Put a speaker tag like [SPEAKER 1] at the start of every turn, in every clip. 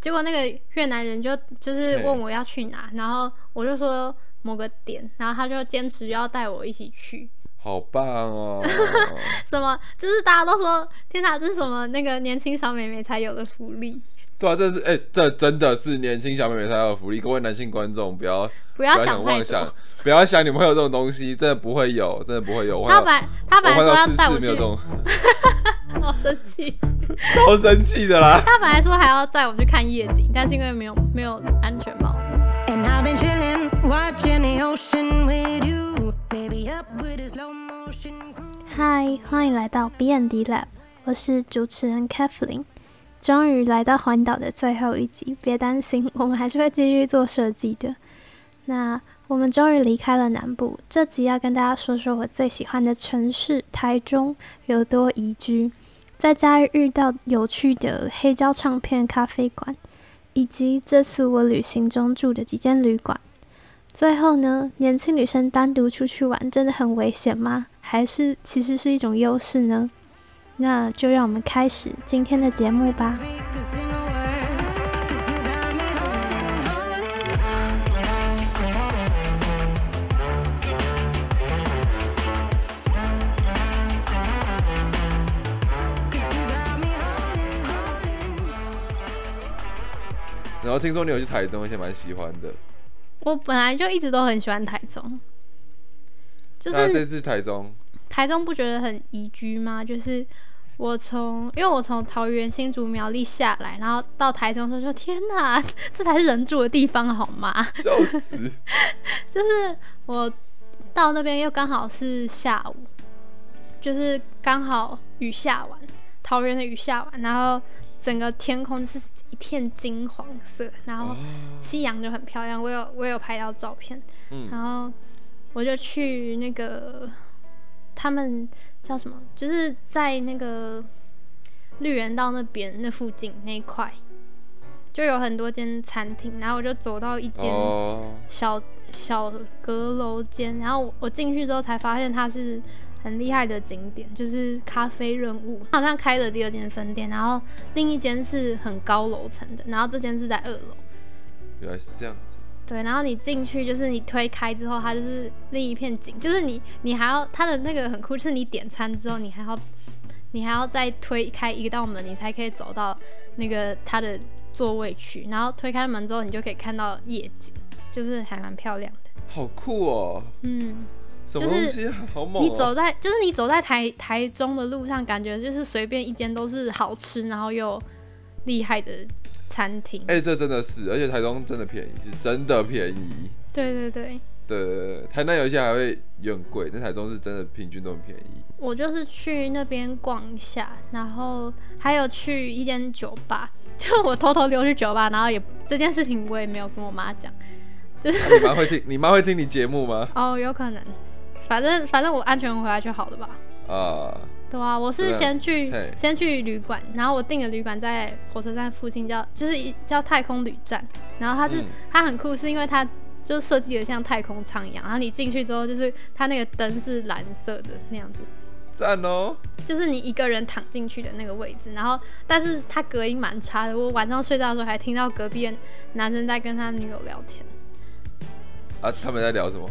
[SPEAKER 1] 结果那个越南人就就是
[SPEAKER 2] 嘿
[SPEAKER 1] 问我要去哪，然后我就说某个点，然后他就坚持要带我一起去。
[SPEAKER 2] 好棒哦！
[SPEAKER 1] 什么？就是大家都说，天哪，这是什么那个年轻小美眉才有的福利？
[SPEAKER 2] 对啊，这是哎、这真的是年轻小妹妹才有福利。各位男性观众，不要
[SPEAKER 1] 不
[SPEAKER 2] 不
[SPEAKER 1] 要
[SPEAKER 2] 要
[SPEAKER 1] 想
[SPEAKER 2] 想
[SPEAKER 1] 太
[SPEAKER 2] 妄
[SPEAKER 1] 多
[SPEAKER 2] 想。，不要想你们会有这种东西，真的不会有，真的不会有。我
[SPEAKER 1] 他
[SPEAKER 2] 看
[SPEAKER 1] 本来他
[SPEAKER 2] 到我
[SPEAKER 1] 本来
[SPEAKER 2] 看
[SPEAKER 1] 说
[SPEAKER 2] 到
[SPEAKER 1] 要
[SPEAKER 2] 四
[SPEAKER 1] 带
[SPEAKER 2] 四
[SPEAKER 1] 我
[SPEAKER 2] 没
[SPEAKER 1] 去
[SPEAKER 2] 有这，种，
[SPEAKER 1] 好生气。
[SPEAKER 2] 超生气的啦。
[SPEAKER 1] 他本来说还要带我去看夜景，但是因为没有没有安全帽。
[SPEAKER 3] And I've been chilling, watching the ocean with you. Baby, up with a slow motion cruise.
[SPEAKER 4] 嗨，欢迎来到 BND Lab，我是主持人 Kathleen。终于来到环岛的最后一集，别担心，我们还是会继续做设计的。那我们终于离开了南部，这集要跟大家说说我最喜欢的城市台中有多宜居，在家遇到有趣的黑胶唱片咖啡馆，以及这次我旅行中住的几间旅馆。最后呢，年轻女生单独出去玩真的很危险吗？还是其实是一种优势呢？那就让我们开始今天的节目吧。
[SPEAKER 3] We could sing a word, 'cause you got me holding, holding.
[SPEAKER 2] 然后听说你有去台中，而且蛮喜欢的。
[SPEAKER 1] 我本来就一直都很喜欢台中，就
[SPEAKER 2] 那呃这
[SPEAKER 1] 是
[SPEAKER 2] 次台中，
[SPEAKER 1] 台中不觉得很宜居吗？就是我从因为我从桃园新竹苗栗下来，然后到台中的时候就天哪，这才是人住的地方好吗？
[SPEAKER 2] 笑 死！
[SPEAKER 1] 就是我到那边又刚好是下午，就是刚好雨下完，桃园的雨下完，然后整个天空是一片金黄色，然后夕阳就很漂亮。我有我有拍到照片，
[SPEAKER 2] 嗯
[SPEAKER 1] 然后我就去那个他们叫什么，就是在那个绿园道那边那附近那一块。就有很多间餐厅，然后我就走到一间
[SPEAKER 2] 哦，
[SPEAKER 1] 小小阁楼间，然后我我进去之后才发现它是很厉害的景点，就是咖啡任务，它好像开了第二间分店，然后另一间是很高楼层的，然后这间是在二楼。
[SPEAKER 2] 原来是这样子。
[SPEAKER 1] 对，然后你进去就是你推开之后，它就是另一片景，就是你你还要它的那个很酷，就是你点餐之后，你还要你还要再推开一道门，你才可以走到那个它的座位区，然后推开门之后，你就可以看到夜景，就是还蛮漂亮的。
[SPEAKER 2] 好酷哦！
[SPEAKER 1] 嗯，
[SPEAKER 2] 什么东西啊？好猛、哦！
[SPEAKER 1] 你走在就是你走在台台中的路上，感觉就是随便一间都是好吃，然后又厉害的餐厅。
[SPEAKER 2] 哎、这真的是，而且台中真的便宜，是真的便宜。
[SPEAKER 1] 对对对，
[SPEAKER 2] 对，台南有一些还会有点贵，但台中是真的平均都很便宜。
[SPEAKER 1] 我就是去那边逛一下，然后还有去一间酒吧， 就我偷偷溜去酒吧，然后也这件事情我也没有跟我妈讲。
[SPEAKER 2] 那啊你妈会听？你妈会听你节目吗？
[SPEAKER 1] 哦，有可能，反正反正我安全回来就好了吧。
[SPEAKER 2] 啊，
[SPEAKER 1] 对啊，我是
[SPEAKER 2] 对啊
[SPEAKER 1] 先去
[SPEAKER 2] 嘿
[SPEAKER 1] 先去旅馆，然后我订的旅馆在火车站附近叫，就是一叫太空旅站。然后它是、
[SPEAKER 2] 嗯
[SPEAKER 1] 它很酷，是因为它就设计的像太空舱一样。然后你进去之后，就是它那个灯是蓝色的那样子，
[SPEAKER 2] 赞哦！
[SPEAKER 1] 就是你一个人躺进去的那个位置。然后但是它隔音蛮差的，我晚上睡觉的时候还听到隔壁的男生在跟他女友聊天，
[SPEAKER 2] 啊，他们在聊什么？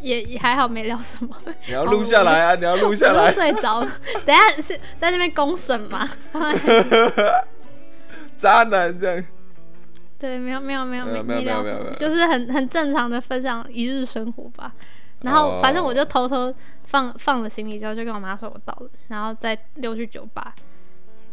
[SPEAKER 1] 也也还好没聊什么，
[SPEAKER 2] 你要录下来啊！你要录下
[SPEAKER 1] 哦我
[SPEAKER 2] 来
[SPEAKER 1] 都。睡着了。等一下是在那边公审吗？
[SPEAKER 2] 渣男这样，
[SPEAKER 1] 对，没有没有没有
[SPEAKER 2] 没有没有
[SPEAKER 1] 没聊
[SPEAKER 2] 没有
[SPEAKER 1] 什
[SPEAKER 2] 没有
[SPEAKER 1] 么
[SPEAKER 2] 没有
[SPEAKER 1] 就是很很正常的分享一日生活吧。然后
[SPEAKER 2] 哦
[SPEAKER 1] 反正我就偷偷放放了行李之后，就跟我妈说我到了，然后再溜去酒吧，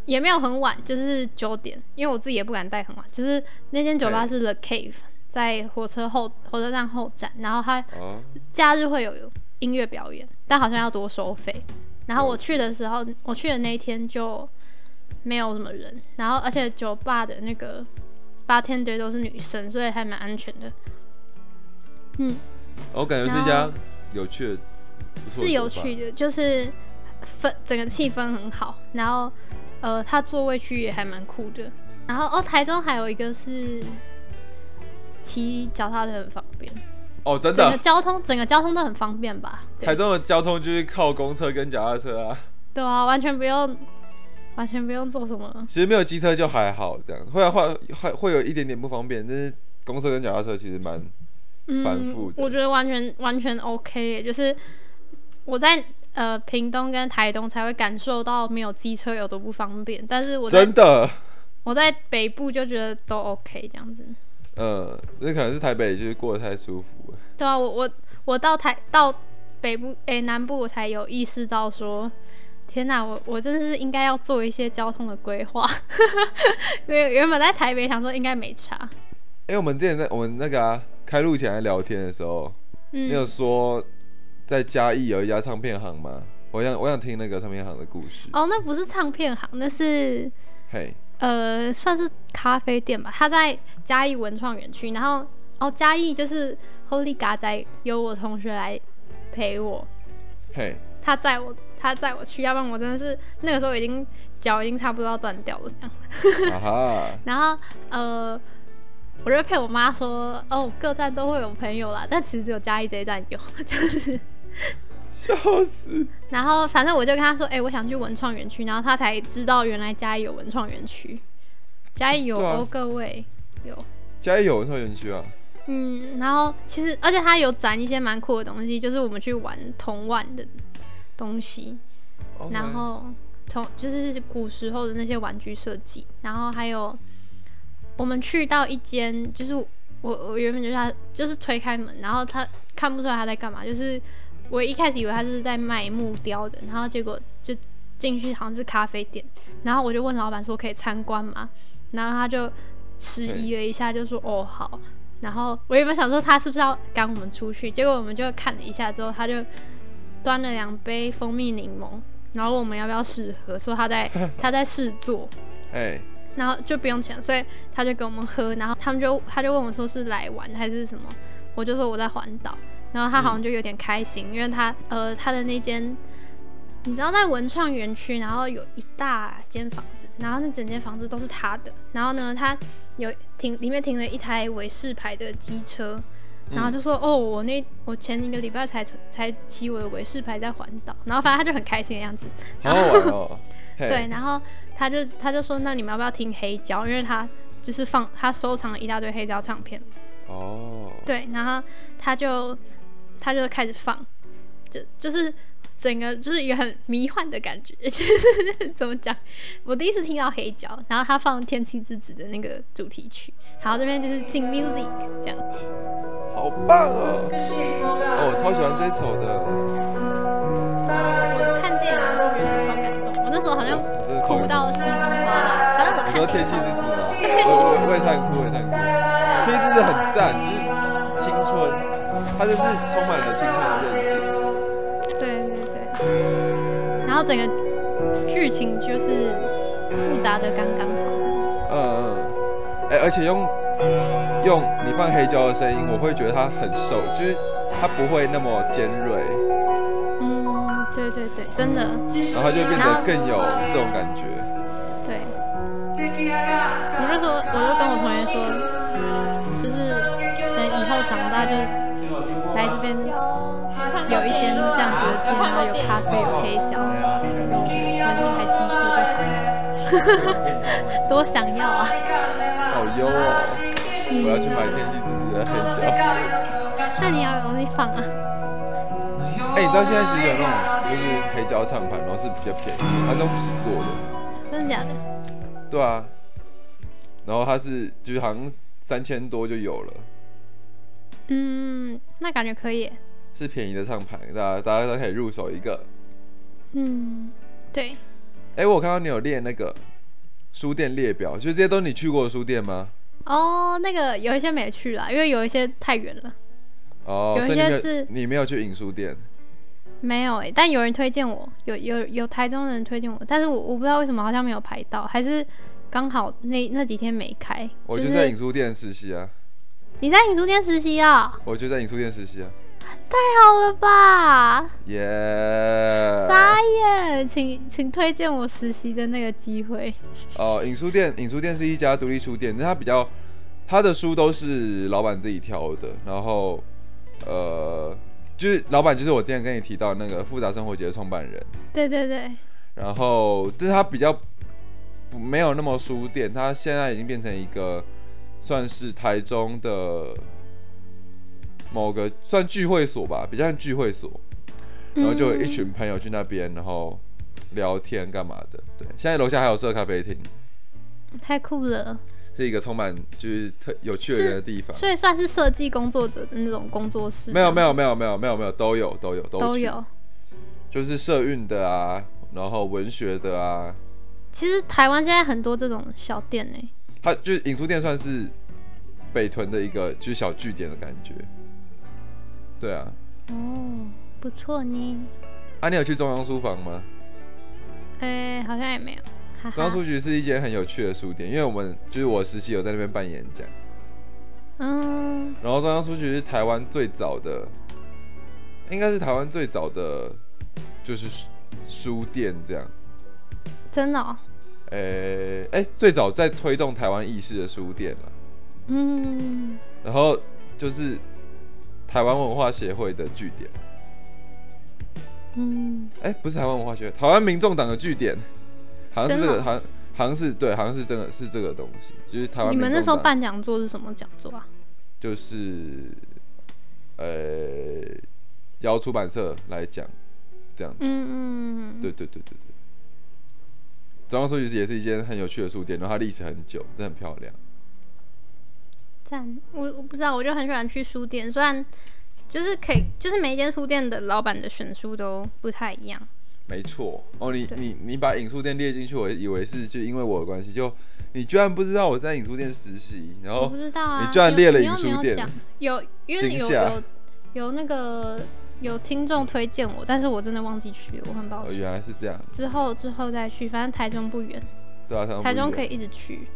[SPEAKER 1] 也没有很晚，就是九点，因为我自己也不敢带很晚。就是那间酒吧
[SPEAKER 2] 哎
[SPEAKER 1] 是 The Cave，在火车后火车站后站，然后它
[SPEAKER 2] 哦，
[SPEAKER 1] 假日会有音乐表演，但好像要多收费。然后我去的时候，我去的那一天就没有什么人，然后而且酒吧的那个八天队都是女生，所以还蛮安全的，嗯
[SPEAKER 2] 哦我感觉是
[SPEAKER 1] 然
[SPEAKER 2] 一家
[SPEAKER 1] 后
[SPEAKER 2] 有趣的，不错的
[SPEAKER 1] 是有
[SPEAKER 2] 酒吧
[SPEAKER 1] 趣的，就是氛整个气氛很好，然后呃，它座位区也还蛮酷的。然后哦，台中还有一个是骑脚踏车很方便，
[SPEAKER 2] 哦，真
[SPEAKER 1] 整个
[SPEAKER 2] 的。
[SPEAKER 1] 交通整个交通都很方便吧？对
[SPEAKER 2] 台中的交通就是靠公车跟脚踏车啊，
[SPEAKER 1] 对啊，完全不用完全不用做什么。
[SPEAKER 2] 其实没有机车就还好，这样会会会会有一点点不方便，但是公车跟脚踏车其实蛮反复
[SPEAKER 1] 嗯，
[SPEAKER 2] 的
[SPEAKER 1] 我觉得完全完全 OK，耶就是我在呃屏东跟台东才会感受到没有机车有多不方便，但是我在
[SPEAKER 2] 真的。
[SPEAKER 1] 我在北部就觉得都 OK 这样子。
[SPEAKER 2] 嗯，那可能是台北就是过得太舒服了。
[SPEAKER 1] 对啊，我我我到台到北部诶、南部我才有意识到说，天哪，我我真的是应该要做一些交通的规划。 因为原本在台北想说应该没差，
[SPEAKER 2] 哎、我们之前在我们那个啊开录前在聊天的时候，
[SPEAKER 1] 嗯
[SPEAKER 2] 你有说在嘉义有一家唱片行吗？我想我想听那个唱片行的故事。
[SPEAKER 1] 哦，那不是唱片行，那是
[SPEAKER 2] 嘿，
[SPEAKER 1] 呃，算是咖啡店吧。它在嘉义文创园区，然后哦，嘉义就是 Holy 嘎仔有我同学来陪我，
[SPEAKER 2] 嘿，
[SPEAKER 1] 他载我，他载我去，要不然我真的是那个时候已经脚已经差不多要断掉了这样。
[SPEAKER 2] 啊哈，
[SPEAKER 1] 然后呃，我就骗我妈说，哦，各站都会有朋友啦，但其实只有嘉义这一站有， 就是。
[SPEAKER 2] 笑死！
[SPEAKER 1] 然后反正我就跟她说，哎、我想去文创园区，然后她才知道原来嘉义有文创园区，嘉义有
[SPEAKER 2] 对啊
[SPEAKER 1] 哦，各位有。
[SPEAKER 2] 嘉义有文创园区啊，
[SPEAKER 1] 嗯，然后其实而且它有展一些蛮酷的东西，就是我们去玩童玩的东西，
[SPEAKER 2] OK
[SPEAKER 1] 然后童就是古时候的那些玩具设计，然后还有我们去到一间，就是我我原本就是他就是推开门，然后他看不出来他在干嘛，就是我一开始以为他是在卖木雕的，然后结果就进去好像是咖啡店，然后我就问老板说可以参观吗？然后他就迟疑了一下，就说哦好。然后我原本想说他是不是要赶我们出去，结果我们就看了一下之后，他就端了两杯蜂蜜柠檬，然后问我们要不要试喝，说他在他在试做，
[SPEAKER 2] 哎，
[SPEAKER 1] 然后就不用钱，所以他就给我们喝，然后他们就他就问我说是来玩还是什么，我就说我在环岛，然后他好像就有点开心，因为他呃他的那间，你知道在文创园区，然后有一大间房子，然后那整间房子都是他的，然后呢他有停里面停了一台韦氏牌的机车，然后就说、哦我那我前一个礼拜才才骑我的韦氏牌在环岛，然后反正他就很开心的样子，
[SPEAKER 2] 好好玩 哦。嘿，
[SPEAKER 1] 对，然后他就他就说，那你们要不要听黑胶？因为他就是放他收藏了一大堆黑胶唱片，
[SPEAKER 2] 哦，
[SPEAKER 1] 对，然后他就他就开始放，就就是整个就是一个很迷幻的感觉， 就是怎么讲？我第一次听到黑胶，然后他放《天气之子》的那个主题曲，然后这边就是进 music 这样。
[SPEAKER 2] 好棒哦！哦，我超喜欢这首的，
[SPEAKER 1] 我看电影我就觉得超感动，我那时候好像
[SPEAKER 2] 我真的超
[SPEAKER 1] 哭到稀里哗啦，反正我
[SPEAKER 2] 你
[SPEAKER 1] 看
[SPEAKER 2] 说
[SPEAKER 1] 电
[SPEAKER 2] 天
[SPEAKER 1] 影
[SPEAKER 2] 气之子吗？我我我也差点哭，我也差点哭。天气之子很赞，就是青春，它就是充满了青春的韧性。
[SPEAKER 1] 对对对，然后整个剧情就是复杂的刚刚好。
[SPEAKER 2] 嗯嗯，哎、而且用用你放黑胶的声音，我会觉得它很瘦，就是它不会那么尖锐，
[SPEAKER 1] 嗯，对对对，真的
[SPEAKER 2] 然后它就会变
[SPEAKER 1] 然
[SPEAKER 2] 得
[SPEAKER 1] 后
[SPEAKER 2] 更有这种感觉。
[SPEAKER 1] 对。我就说，我就跟我同学说，就是等以后长大就来这边有一间这样子的店，然后有咖啡，有黑胶，有晚上还机车就好了，多想要啊！
[SPEAKER 2] 好优哦！我要去买天气之子的黑胶。
[SPEAKER 1] 那你要有东西放啊。
[SPEAKER 2] 哎、你知道现在其实有那种就是黑胶唱盘，然后是比较便宜，它是用纸做的，
[SPEAKER 1] 真的假的？
[SPEAKER 2] 对啊，然后它是就是好像三千多就有了，
[SPEAKER 1] 嗯，那感觉可以耶。
[SPEAKER 2] 是便宜的唱盘，大家大家都可以入手一个。
[SPEAKER 1] 嗯，对，
[SPEAKER 2] 哎、我看到你有列那个书店列表，就这些都是你去过的书店吗？
[SPEAKER 1] 哦，那个有一些没去啦，因为有一些太远了，
[SPEAKER 2] 哦，
[SPEAKER 1] 有一
[SPEAKER 2] 所以你没
[SPEAKER 1] 些是
[SPEAKER 2] 有你没有去影书店，
[SPEAKER 1] 没有诶、但有人推荐我，有有有台中人推荐我，但是我我不知道为什么好像没有排到，还是刚好那那几天没开。
[SPEAKER 2] 我
[SPEAKER 1] 就
[SPEAKER 2] 就在影书店实习啊，
[SPEAKER 1] 你在影书店实习啊、
[SPEAKER 2] 我就在影书店实习啊，
[SPEAKER 1] 太好了吧！
[SPEAKER 2] 耶、
[SPEAKER 1] 傻眼，请请推荐我实习的那个机会。
[SPEAKER 2] 哦，影书店，影书店是一家独立书店，但它比较，它的书都是老板自己挑的，然后，呃，就是老板就是我之前跟你提到那个复杂生活节的创办人，
[SPEAKER 1] 对对对，
[SPEAKER 2] 然后，但是他比较不没有那么书店，它现在已经变成一个算是台中的某个算聚会所吧，比较像聚会所，然后就
[SPEAKER 1] 嗯
[SPEAKER 2] 有一群朋友去那边，然后聊天干嘛的。对，现在楼下还有设咖啡厅，
[SPEAKER 1] 太酷
[SPEAKER 2] 啊
[SPEAKER 1] 了，
[SPEAKER 2] 是一个充满就是特有趣的
[SPEAKER 1] 是
[SPEAKER 2] 人的地方。
[SPEAKER 1] 所以算是设计工作者的那种工作室，
[SPEAKER 2] 没有没有没有没有没有没有都有都有都
[SPEAKER 1] 都
[SPEAKER 2] 去
[SPEAKER 1] 有。
[SPEAKER 2] 就是社运的啊，然后文学的啊，
[SPEAKER 1] 其实台湾现在很多这种小店欸呢、
[SPEAKER 2] 它就是影书店算是北屯的一个就是小据点的感觉。对啊，
[SPEAKER 1] 哦，不错呢。
[SPEAKER 2] 啊，你有去中央书房吗？
[SPEAKER 1] 哎、好像也没有。啊哈
[SPEAKER 2] 中央
[SPEAKER 1] 哈
[SPEAKER 2] 书局是一间很有趣的书店，因为我们就是我实习有在那边办演讲，
[SPEAKER 1] 嗯，
[SPEAKER 2] 然后中央书局是台湾最早的，应该是台湾最早的，就是书书店这样。
[SPEAKER 1] 真的、哦，
[SPEAKER 2] 诶、诶、呃哎最早在推动台湾意识的书店了。
[SPEAKER 1] 嗯，
[SPEAKER 2] 然后就是台湾文化协会的据点，
[SPEAKER 1] 嗯，
[SPEAKER 2] 哎、不是台湾文化协会，台湾民众党的据点，好像是这
[SPEAKER 1] 真
[SPEAKER 2] 个，
[SPEAKER 1] 的哦
[SPEAKER 2] 好像好像是对，好像是真的是这个东西，就是台湾
[SPEAKER 1] 你
[SPEAKER 2] 民众党。
[SPEAKER 1] 们那时候办讲座是什么讲座啊？
[SPEAKER 2] 就是呃，由出版社来讲这样子，
[SPEAKER 1] 嗯嗯，
[SPEAKER 2] 对对对对对。中央书局也是一间很有趣的书店，然后它历史很久，真的很漂亮。
[SPEAKER 1] 赞。我我不知道，我就很喜欢去书店，虽然就是可以，就是每一间书店的老板的选书都不太一样。
[SPEAKER 2] 没错，哦，你
[SPEAKER 1] 对
[SPEAKER 2] 你你把影书店列进去，我以为是就因为我的关系，就你居然不知道我在影书店实习，然
[SPEAKER 1] 我
[SPEAKER 2] 后
[SPEAKER 1] 不知道啊，
[SPEAKER 2] 哦你居然
[SPEAKER 1] 有
[SPEAKER 2] 列了
[SPEAKER 1] 你
[SPEAKER 2] 影
[SPEAKER 1] 又没
[SPEAKER 2] 书
[SPEAKER 1] 有
[SPEAKER 2] 店
[SPEAKER 1] 讲有因为
[SPEAKER 2] 惊
[SPEAKER 1] 有
[SPEAKER 2] 吓
[SPEAKER 1] 有有那个有听众推荐我，但是我真的忘记去，我很抱
[SPEAKER 2] 哦
[SPEAKER 1] 歉。
[SPEAKER 2] 原来是这样，
[SPEAKER 1] 之后之后再去，反正台中不远，
[SPEAKER 2] 对啊，台中
[SPEAKER 1] 台中可以
[SPEAKER 2] 以
[SPEAKER 1] 一直去。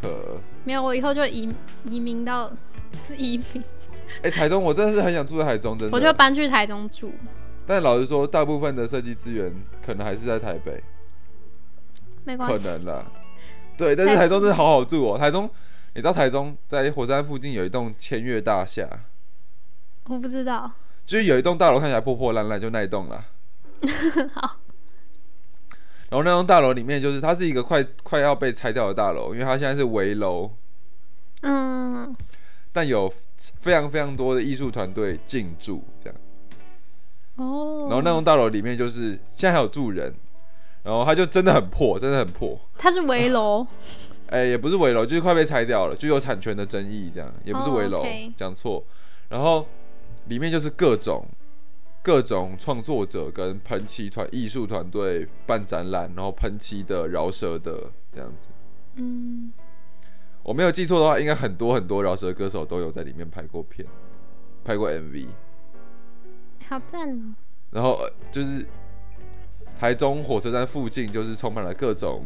[SPEAKER 2] 可，
[SPEAKER 1] 没有，我以后就移移民到是移民，
[SPEAKER 2] 哎、台中我真的是很想住在台中，真的，
[SPEAKER 1] 我就搬去台中住。
[SPEAKER 2] 但老实说，大部分的设计资源可能还是在台北，
[SPEAKER 1] 没关
[SPEAKER 2] 可
[SPEAKER 1] 系，
[SPEAKER 2] 能啦，对，但是
[SPEAKER 1] 台
[SPEAKER 2] 台中真的好好住哦，台中，你知道台中在火车站附近有一栋千悦大厦，
[SPEAKER 1] 我不知道。
[SPEAKER 2] 就是有一栋大楼看起来破破烂烂，就那一栋啦。然后那栋大楼里面就是它是一个快快要被拆掉的大楼，因为它现在是围楼，
[SPEAKER 1] 嗯，
[SPEAKER 2] 但有非常非常多的艺术团队进驻这样。
[SPEAKER 1] 哦。
[SPEAKER 2] 然后那栋大楼里面就是现在还有住人，然后它就真的很破，真的很破。
[SPEAKER 1] 它是围 楼，
[SPEAKER 2] 哎、也不是围楼，就是快被拆掉了，就有产权的争议这样，也不是围
[SPEAKER 1] 哦
[SPEAKER 2] 楼
[SPEAKER 1] ，OK，
[SPEAKER 2] 讲错。然后里面就是各种各种创作者跟喷漆团艺术团队办展览，然后喷漆的、饶舌的这样子。
[SPEAKER 1] 嗯，
[SPEAKER 2] 我没有记错的话，应该很多很多饶舌歌手都有在里面拍过片，拍过 MV。
[SPEAKER 1] 好赞哦。
[SPEAKER 2] 然后呃就是台中火车站附近，就是充满了各种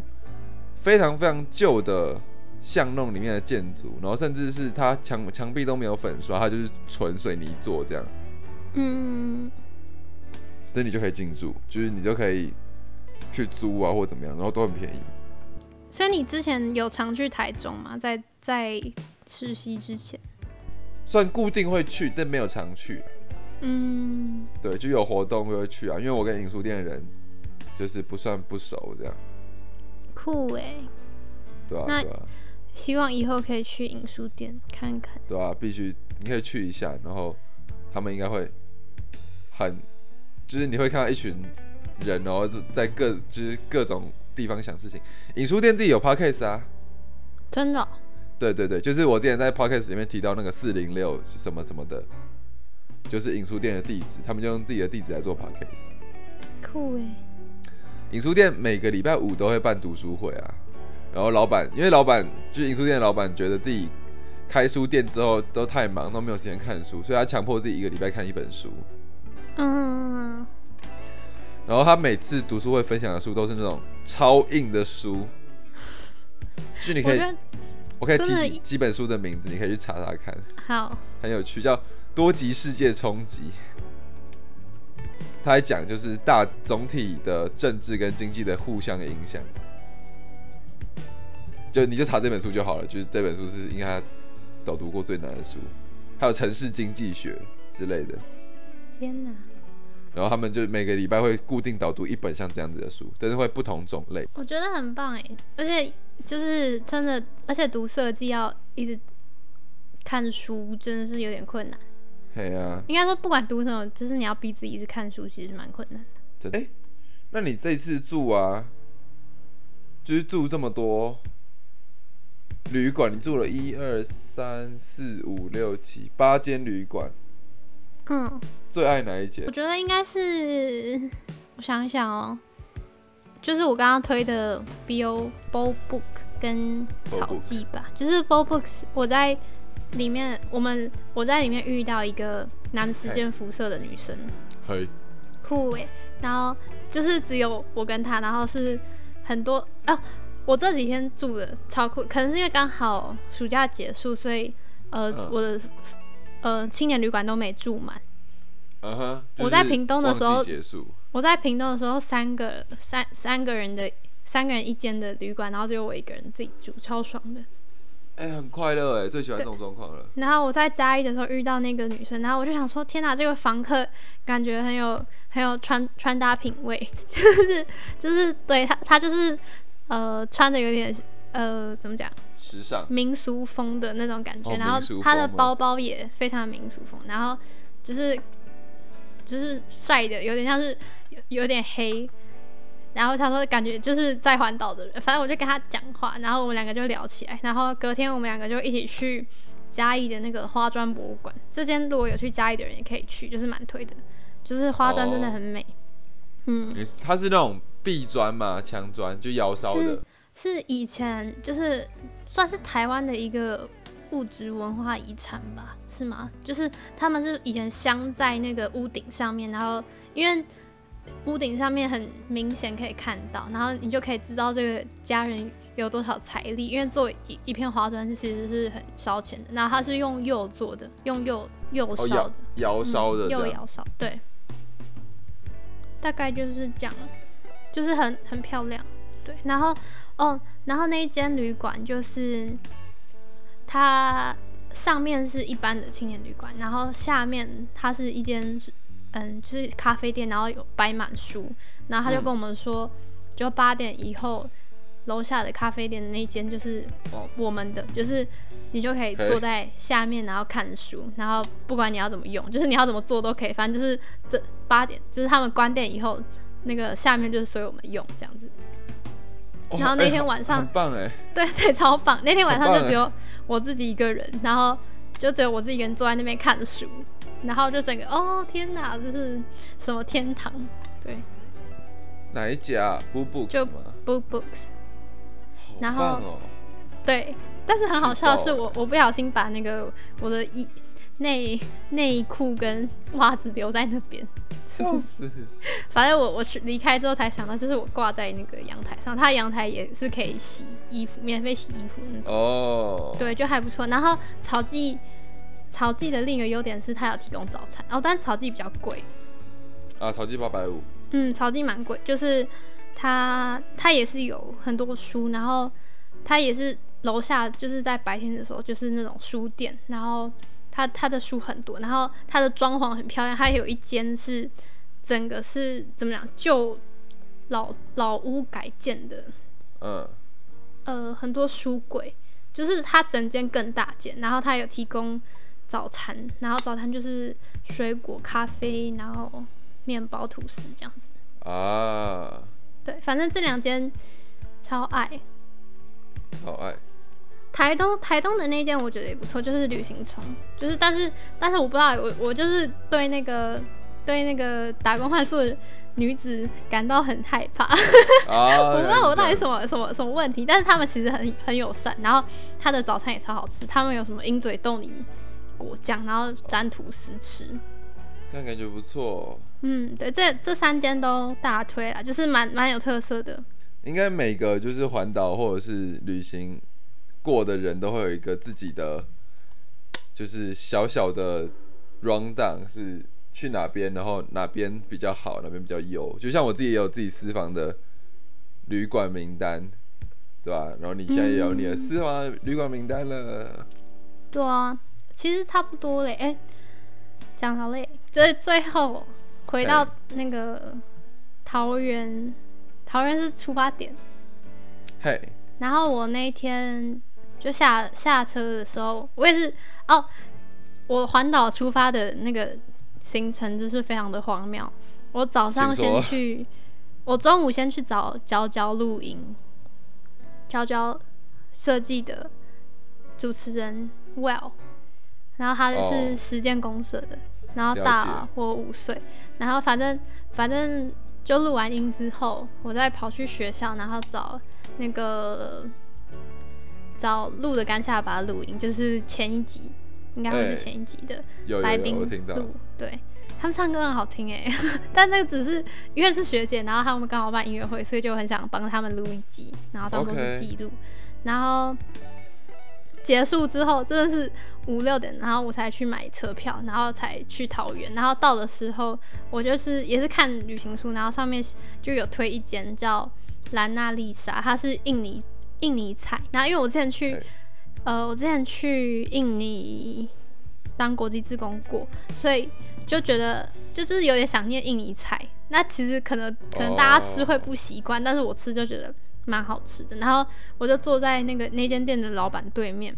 [SPEAKER 2] 非常非常旧的巷弄里面的建筑，然后甚至是它墙墙壁都没有粉刷，它就是纯水泥做这样，
[SPEAKER 1] 嗯，
[SPEAKER 2] 那你就可以进驻，就是你就可以去租啊或怎么样，然后都很便宜。
[SPEAKER 1] 所以你之前有常去台中吗？在在实习之前，
[SPEAKER 2] 算固定会去，但没有常去、
[SPEAKER 1] 嗯，
[SPEAKER 2] 对，就有活动会去啊，因为我跟影书店的人就是不算不熟这样，
[SPEAKER 1] 酷哎，
[SPEAKER 2] 对啊
[SPEAKER 1] 那
[SPEAKER 2] 对啊
[SPEAKER 1] 希望以后可以去影书店看看。
[SPEAKER 2] 对啊，必须你可以去一下，然后他们应该会很，就是你会看到一群人，然后就在各就是各种地方想事情。影书店自己有 podcast 啊，
[SPEAKER 1] 真的哦、
[SPEAKER 2] 对对对，就是我之前在 podcast 里面提到那个四零六什么什么的，就是影书店的地址，他们就用自己的地址来做 podcast。
[SPEAKER 1] 酷哎，
[SPEAKER 2] 影书店每个礼拜五都会办读书会啊，然后老板因为老板就是影书店的老板觉得自己开书店之后都太忙，都没有时间看书，所以他强迫自己一个礼拜看一本书。
[SPEAKER 1] 嗯，
[SPEAKER 2] 然后他每次读书会分享的书都是那种超硬 的书，就是你
[SPEAKER 1] 我
[SPEAKER 2] 可以
[SPEAKER 1] 觉，得
[SPEAKER 2] 我可以
[SPEAKER 1] 真
[SPEAKER 2] 记
[SPEAKER 1] 的
[SPEAKER 2] 几几本书的名字，你可以去查查看，
[SPEAKER 1] 好，
[SPEAKER 2] 很有趣，叫《多极世界冲击》。他还讲就是大总体的政治跟经济的互相影响，就你就查这本书就好了，就是这本书是应该他导读过最难的书，还有城市经济学之类的。
[SPEAKER 1] 天哪，
[SPEAKER 2] 然后他们就每个礼拜会固定导读一本像这样子的书，但是会不同种类。
[SPEAKER 1] 我觉得很棒哎，而且就是真的，而且读设计要一直看书，真的是有点困难。
[SPEAKER 2] 嘿啊，
[SPEAKER 1] 应该说不管读什么，就是你要逼自己一直看书，其实蛮困难的。
[SPEAKER 2] 真哎、那你这次住啊，就是住这么多旅馆，你住了一二三四五六七八间旅馆，
[SPEAKER 1] 嗯，
[SPEAKER 2] 最爱哪一间
[SPEAKER 1] 我？觉得应该是，我想一想哦，就是我刚刚推的 Bo Bo Book 跟
[SPEAKER 2] Bo
[SPEAKER 1] 草
[SPEAKER 2] Book
[SPEAKER 1] 记吧，就是 Bo Books，我在里面，我们我在里面遇到一个男时间辐射的女生，
[SPEAKER 2] 嘿，
[SPEAKER 1] 酷诶、然后就是只有我跟她，然后是很多啊，我这几天住的超酷，可能是因为刚好暑假结束，所以呃、
[SPEAKER 2] 嗯
[SPEAKER 1] 我的呃青年旅馆都没住满。
[SPEAKER 2] 嗯哼，
[SPEAKER 1] 我在屏东的时候
[SPEAKER 2] 旺季结束，
[SPEAKER 1] 我在屏东的时候，三个三三个人的三个人一间的旅馆，然后只有我一个人自己住，超爽的。
[SPEAKER 2] 哎、很快乐哎、最喜欢这种状况了。
[SPEAKER 1] 然后我在嘉义的时候遇到那个女生，然后我就想说，天哪，这个房客感觉很有很有穿穿搭品味， 就是就是对她她就是呃穿的有点呃怎么讲
[SPEAKER 2] 时尚，
[SPEAKER 1] 民俗风的那种感觉，
[SPEAKER 2] 哦
[SPEAKER 1] 然后
[SPEAKER 2] 民俗风
[SPEAKER 1] 她的
[SPEAKER 2] 吗
[SPEAKER 1] 包包也非常民俗风，然后就是就是晒的有点像是有有点黑，然后他说感觉就是在环岛的人，反正我就跟他讲话，然后我们两个就聊起来，然后隔天我们两个就一起去嘉义的那个花砖博物馆，这间如果有去嘉义的人也可以去，就是蛮推的，就是花砖
[SPEAKER 2] 哦
[SPEAKER 1] 真的很美，嗯，
[SPEAKER 2] 你是它是那种壁砖嘛，墙砖就窑烧的哦
[SPEAKER 1] 是，是以前就是算是台湾的一个物质文化遗产吧，是吗？就是他们是以前镶在那个屋顶上面，然后因为屋顶上面很明显可以看到，然后你就可以知道这个家人有多少财力，因为做一一片花砖其实是很烧钱的，然后它是用釉做的，用釉釉
[SPEAKER 2] 哦，
[SPEAKER 1] 烧
[SPEAKER 2] 窑
[SPEAKER 1] 的，
[SPEAKER 2] 窑烧的
[SPEAKER 1] 嗯
[SPEAKER 2] 这
[SPEAKER 1] 又
[SPEAKER 2] 样。
[SPEAKER 1] 摇烧，对，大概就是这样，就是很很漂亮，对。然后哦，然后那一间旅馆就是它上面是一般的青年旅馆，然后下面它是一间嗯就是咖啡店，然后有摆满书，然后他就
[SPEAKER 2] 嗯
[SPEAKER 1] 跟我们说，就八点以后。楼下的咖啡店的那一间就是我我们的，就是你就可以
[SPEAKER 2] 嘿
[SPEAKER 1] 坐在下面，然后看书，然后不管你要怎么用，就是你要怎么做都可以，反正就是这八点，就是他们关店以后，那个下面就是所有我们用这样子。
[SPEAKER 2] 哦
[SPEAKER 1] 然后那
[SPEAKER 2] 哎
[SPEAKER 1] 天
[SPEAKER 2] 很
[SPEAKER 1] 晚上
[SPEAKER 2] 很棒哎、
[SPEAKER 1] 对对，超棒！那天晚上
[SPEAKER 2] 很棒
[SPEAKER 1] 就
[SPEAKER 2] 欸
[SPEAKER 1] 只有我自己一个人，然后就只有我自己一个人坐在那边看书，然后就整个哦天哪，这是什么天堂？对
[SPEAKER 2] 哪一家？Boo Books
[SPEAKER 1] 就
[SPEAKER 2] 吗？
[SPEAKER 1] ，Book Books。
[SPEAKER 2] 好
[SPEAKER 1] 然后
[SPEAKER 2] 棒哦，
[SPEAKER 1] 对，但是很好笑的
[SPEAKER 2] 去
[SPEAKER 1] 是
[SPEAKER 2] 爆
[SPEAKER 1] 我，
[SPEAKER 2] 欸
[SPEAKER 1] 我不小心把那个我的衣内内裤跟袜子留在那边。
[SPEAKER 2] 笑死！
[SPEAKER 1] 反正我我去离开之后才想到，就是我挂在那个阳台上，它的阳台也是可以洗衣服，免费洗衣服那种。
[SPEAKER 2] 哦，
[SPEAKER 1] 对，就还不错。然后草记，草记的另一个优点是它有提供早餐，哦，但是草记比较贵，
[SPEAKER 2] 啊，草鸡八百五，
[SPEAKER 1] 嗯，草记蛮贵，就是它它也是有很多书，然后它也是楼下就是在白天的时候就是那种书店，然后它它的书很多，然后它的装潢很漂亮，它有一间是整个是怎么讲旧老老屋改建的
[SPEAKER 2] 嗯，
[SPEAKER 1] 呃很多书柜，就是它整间更大间，然后它有提供早餐，然后早餐就是水果、咖啡，然后面包、吐司这样子。
[SPEAKER 2] 啊，
[SPEAKER 1] 对，反正这两间超爱。
[SPEAKER 2] 好爱，
[SPEAKER 1] 台东台东的那间我觉得也不错，就是旅行虫，就是但是但是我不知道，我我就是对那个对那个打工换宿的女子感到很害怕。
[SPEAKER 2] 啊，
[SPEAKER 1] 我不知道我到底什
[SPEAKER 2] 么，
[SPEAKER 1] 么什么什么问题，但是他们其实很很友善，然后他的早餐也超好吃，他们有什么鹰嘴豆泥果酱，然后沾吐司吃。
[SPEAKER 2] 但感觉不错、哦
[SPEAKER 1] 嗯，对，这这三间都大推啦，就是蛮蛮有特色的。
[SPEAKER 2] 应该每个就是环岛或者是旅行过的人都会有一个自己的，就是小小的 round down 是去哪边，然后哪边比较好，哪边比较优。就像我自己也有自己私房的旅馆名单，对吧、然后你现在也有
[SPEAKER 1] 嗯
[SPEAKER 2] 你的私房旅馆名单了，
[SPEAKER 1] 对啊，其实差不多嘞。哎、讲好嘞，最最后回到
[SPEAKER 2] 哎
[SPEAKER 1] 那个桃园，桃园是出发点，
[SPEAKER 2] 嘿、
[SPEAKER 1] 然后我那一天就下下车的时候，我也是哦，我环岛出发的那个行程就是非常的荒谬。我早上
[SPEAKER 2] 请说
[SPEAKER 1] 先去，我中午先去找娇娇露营，娇娇设计的主持人 Well，然后他
[SPEAKER 2] 哦
[SPEAKER 1] 是实践公社的，然后
[SPEAKER 2] 了
[SPEAKER 1] 大
[SPEAKER 2] 解
[SPEAKER 1] 我五岁，然后反正反正就录完音之后，我再跑去学校，然后找那个找录的干下巴录音，就是前一集，应该会
[SPEAKER 2] 哎
[SPEAKER 1] 是前一集的
[SPEAKER 2] 有
[SPEAKER 1] 来
[SPEAKER 2] 有
[SPEAKER 1] 宾
[SPEAKER 2] 有，我听到。
[SPEAKER 1] 录，对。他们唱歌很好听哎， 但那个只是因为是学姐，然后他们刚好办音乐会，所以就很想帮他们录一集，然后当做
[SPEAKER 2] OK
[SPEAKER 1] 是记录。然后结束之后真的是五六点，然后我才去买车票，然后才去桃园。然后到的时候，我就是也是看旅行书，然后上面就有推一间叫兰纳丽莎，它是印尼印尼菜。然后因为我之前去
[SPEAKER 2] 对，
[SPEAKER 1] 呃，我之前去印尼当国际志工过，所以就觉得就是有点想念印尼菜。那其实可能可能大家吃会不习惯但是我吃就觉得蛮好吃的。然后我就坐在那个那间店的老板对面，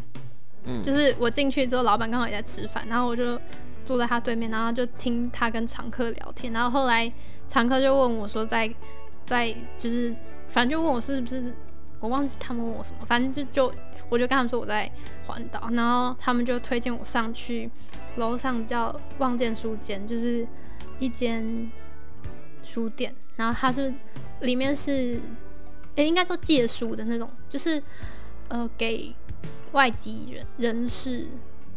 [SPEAKER 2] 嗯，
[SPEAKER 1] 就是我进去之后，老板刚好也在吃饭，然后我就坐在他对面，然后就听他跟常客聊天。然后后来常客就问我说在在就是反正就问我是不是我忘记他们问我什么，反正就就我就跟他们说我在环岛，然后他们就推荐我上去楼上叫望见书间，就是一间书店，然后它是里面是，诶、应该说借书的那种，就是呃给外籍人人士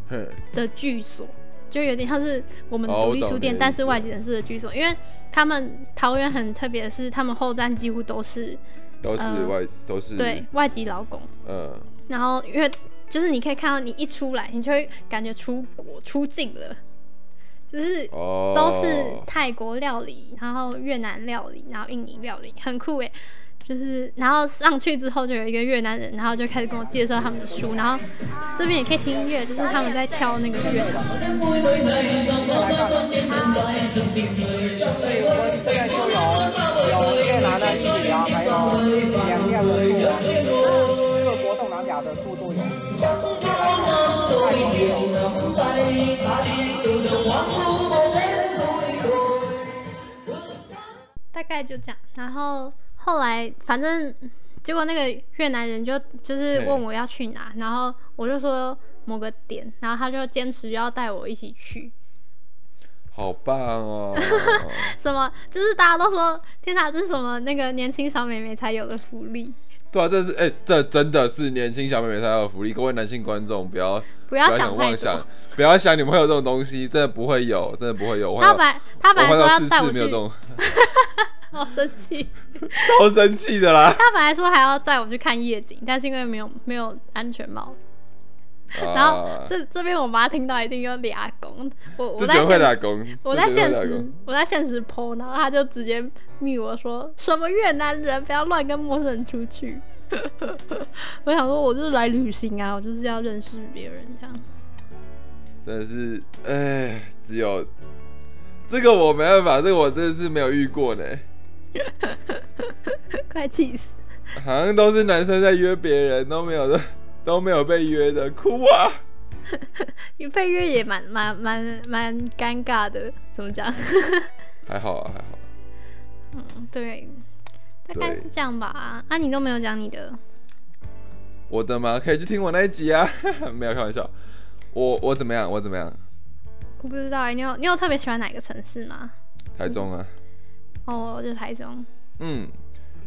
[SPEAKER 2] 嘿
[SPEAKER 1] 的居所，就有点像是我们的
[SPEAKER 2] 哦
[SPEAKER 1] 独
[SPEAKER 2] 我
[SPEAKER 1] 立
[SPEAKER 2] 懂
[SPEAKER 1] 书
[SPEAKER 2] 你
[SPEAKER 1] 店，
[SPEAKER 2] 的
[SPEAKER 1] 但
[SPEAKER 2] 意
[SPEAKER 1] 是
[SPEAKER 2] 思
[SPEAKER 1] 外籍人士的居所，因为他们桃园很特别的是，他们后站几乎都是
[SPEAKER 2] 都是
[SPEAKER 1] 呃
[SPEAKER 2] 外都是
[SPEAKER 1] 对，外籍劳工，
[SPEAKER 2] 嗯，
[SPEAKER 1] 然后因为就是你可以看到，你一出来，你就会感觉出国出境了，就是
[SPEAKER 2] 哦，
[SPEAKER 1] 都是泰国料理，然后越南料理，然后印尼料理，很酷诶。就是，然后上去之后就有一个越南人，然后就开始跟我介绍他们的书，然后这边也可以听音乐，就是他们在跳那个越南舞。
[SPEAKER 5] 所以我这边就有有越南的剧啊，还有缅甸的树啊，各国东南亚的树都有，泰国也有。
[SPEAKER 1] 大概就这样。然后后来反正结果那个越南人就就是问我要去哪，然后我就说某个点，然后他就坚持要带我一起去。
[SPEAKER 2] 好棒哦，
[SPEAKER 1] 什么就是大家都说天哪，这是什么那个年轻小美眉才有的福利，
[SPEAKER 2] 对啊，这是哎、这真的是年轻小妹妹才有的福利，各位男性观众不要
[SPEAKER 1] 不
[SPEAKER 2] 不
[SPEAKER 1] 要
[SPEAKER 2] 想
[SPEAKER 1] 太
[SPEAKER 2] 妄想
[SPEAKER 1] 多。，
[SPEAKER 2] 不要想你们会有这种东西，真的不会有，真的不会有。我
[SPEAKER 1] 他
[SPEAKER 2] 换
[SPEAKER 1] 本
[SPEAKER 2] 到
[SPEAKER 1] 来他本来
[SPEAKER 2] 我
[SPEAKER 1] 说
[SPEAKER 2] 换
[SPEAKER 1] 要
[SPEAKER 2] 到四
[SPEAKER 1] 带我
[SPEAKER 2] 四没
[SPEAKER 1] 去
[SPEAKER 2] 有这，种，
[SPEAKER 1] 好生气。
[SPEAKER 2] 超生气的啦。
[SPEAKER 1] 他本来说还要带我去看夜景，但是因为没有没有安全帽， 然后
[SPEAKER 2] 啊
[SPEAKER 1] 这这边我妈听到一定又俩公，我我
[SPEAKER 2] 这
[SPEAKER 1] 在
[SPEAKER 2] 绝会
[SPEAKER 1] 现
[SPEAKER 2] 打工，
[SPEAKER 1] 我
[SPEAKER 2] 这
[SPEAKER 1] 在
[SPEAKER 2] 绝对
[SPEAKER 1] 现
[SPEAKER 2] 会打
[SPEAKER 1] 实
[SPEAKER 2] 工，
[SPEAKER 1] 我在现实 PO，然后他就直接密我说什么越南人不要乱跟陌生人出去。 我想说，我就是来旅行啊，我就是要认识别人这样。
[SPEAKER 2] 真的是，哎，只有这个我没办法，这个我真的是没有遇过呢。
[SPEAKER 1] 快气死！
[SPEAKER 2] 好像都是男生在约别人，都没有的，都没有被约的，哭啊！
[SPEAKER 1] 因为配乐也蛮蛮蛮蛮尴尬的，怎么讲？
[SPEAKER 2] 还好啊，还好。
[SPEAKER 1] 对，大概
[SPEAKER 2] 对
[SPEAKER 1] 是这样吧。啊，你都没有讲你的，
[SPEAKER 2] 我的嘛，可以去听我那一集啊， 没有开玩笑。我我怎么样？我怎么样？
[SPEAKER 1] 我不知道、欸、你有你有特别喜欢哪个城市吗？
[SPEAKER 2] 台中啊，
[SPEAKER 1] 哦，我就是台中。
[SPEAKER 2] 嗯，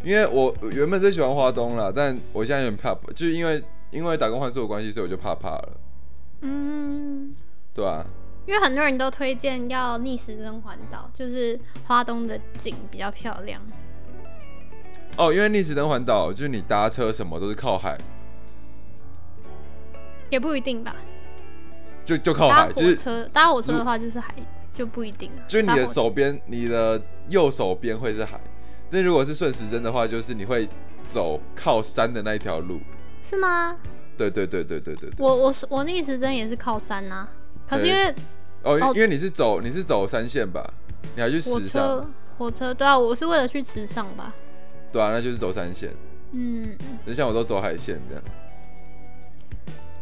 [SPEAKER 2] 因为我我原本最喜欢花东啦，但我现在有点怕，就是因为因为打工换宿的关系，所以我就怕怕了，
[SPEAKER 1] 嗯，
[SPEAKER 2] 对啊，
[SPEAKER 1] 因为很多人都推荐要逆时针环岛，就是花东的景比较漂亮。
[SPEAKER 2] 哦，因为逆时针环岛，就是你搭车什么都是靠海，
[SPEAKER 1] 也不一定吧。
[SPEAKER 2] 就就靠
[SPEAKER 1] 搭
[SPEAKER 2] 海，哦就
[SPEAKER 1] 火
[SPEAKER 2] 是
[SPEAKER 1] 车搭火车的话，就是还就不一定了。啊
[SPEAKER 2] 就是你
[SPEAKER 1] 搭
[SPEAKER 2] 的
[SPEAKER 1] 火车
[SPEAKER 2] 手边，你的右手边会是海，但如果是顺时针的话，就是你会走靠山的那一条路。
[SPEAKER 1] 是吗？
[SPEAKER 2] 对对对对对对对。
[SPEAKER 1] 我我是我逆时针也是靠山呐、可是因为
[SPEAKER 2] 哦，因
[SPEAKER 1] 哦
[SPEAKER 2] 因为你是走你是走山线吧？你还去
[SPEAKER 1] 火
[SPEAKER 2] 池上
[SPEAKER 1] 车？火车对啊，我是为了去池上吧。
[SPEAKER 2] 对啊，那就是走山线。
[SPEAKER 1] 嗯，
[SPEAKER 2] 就像我都走海线这样，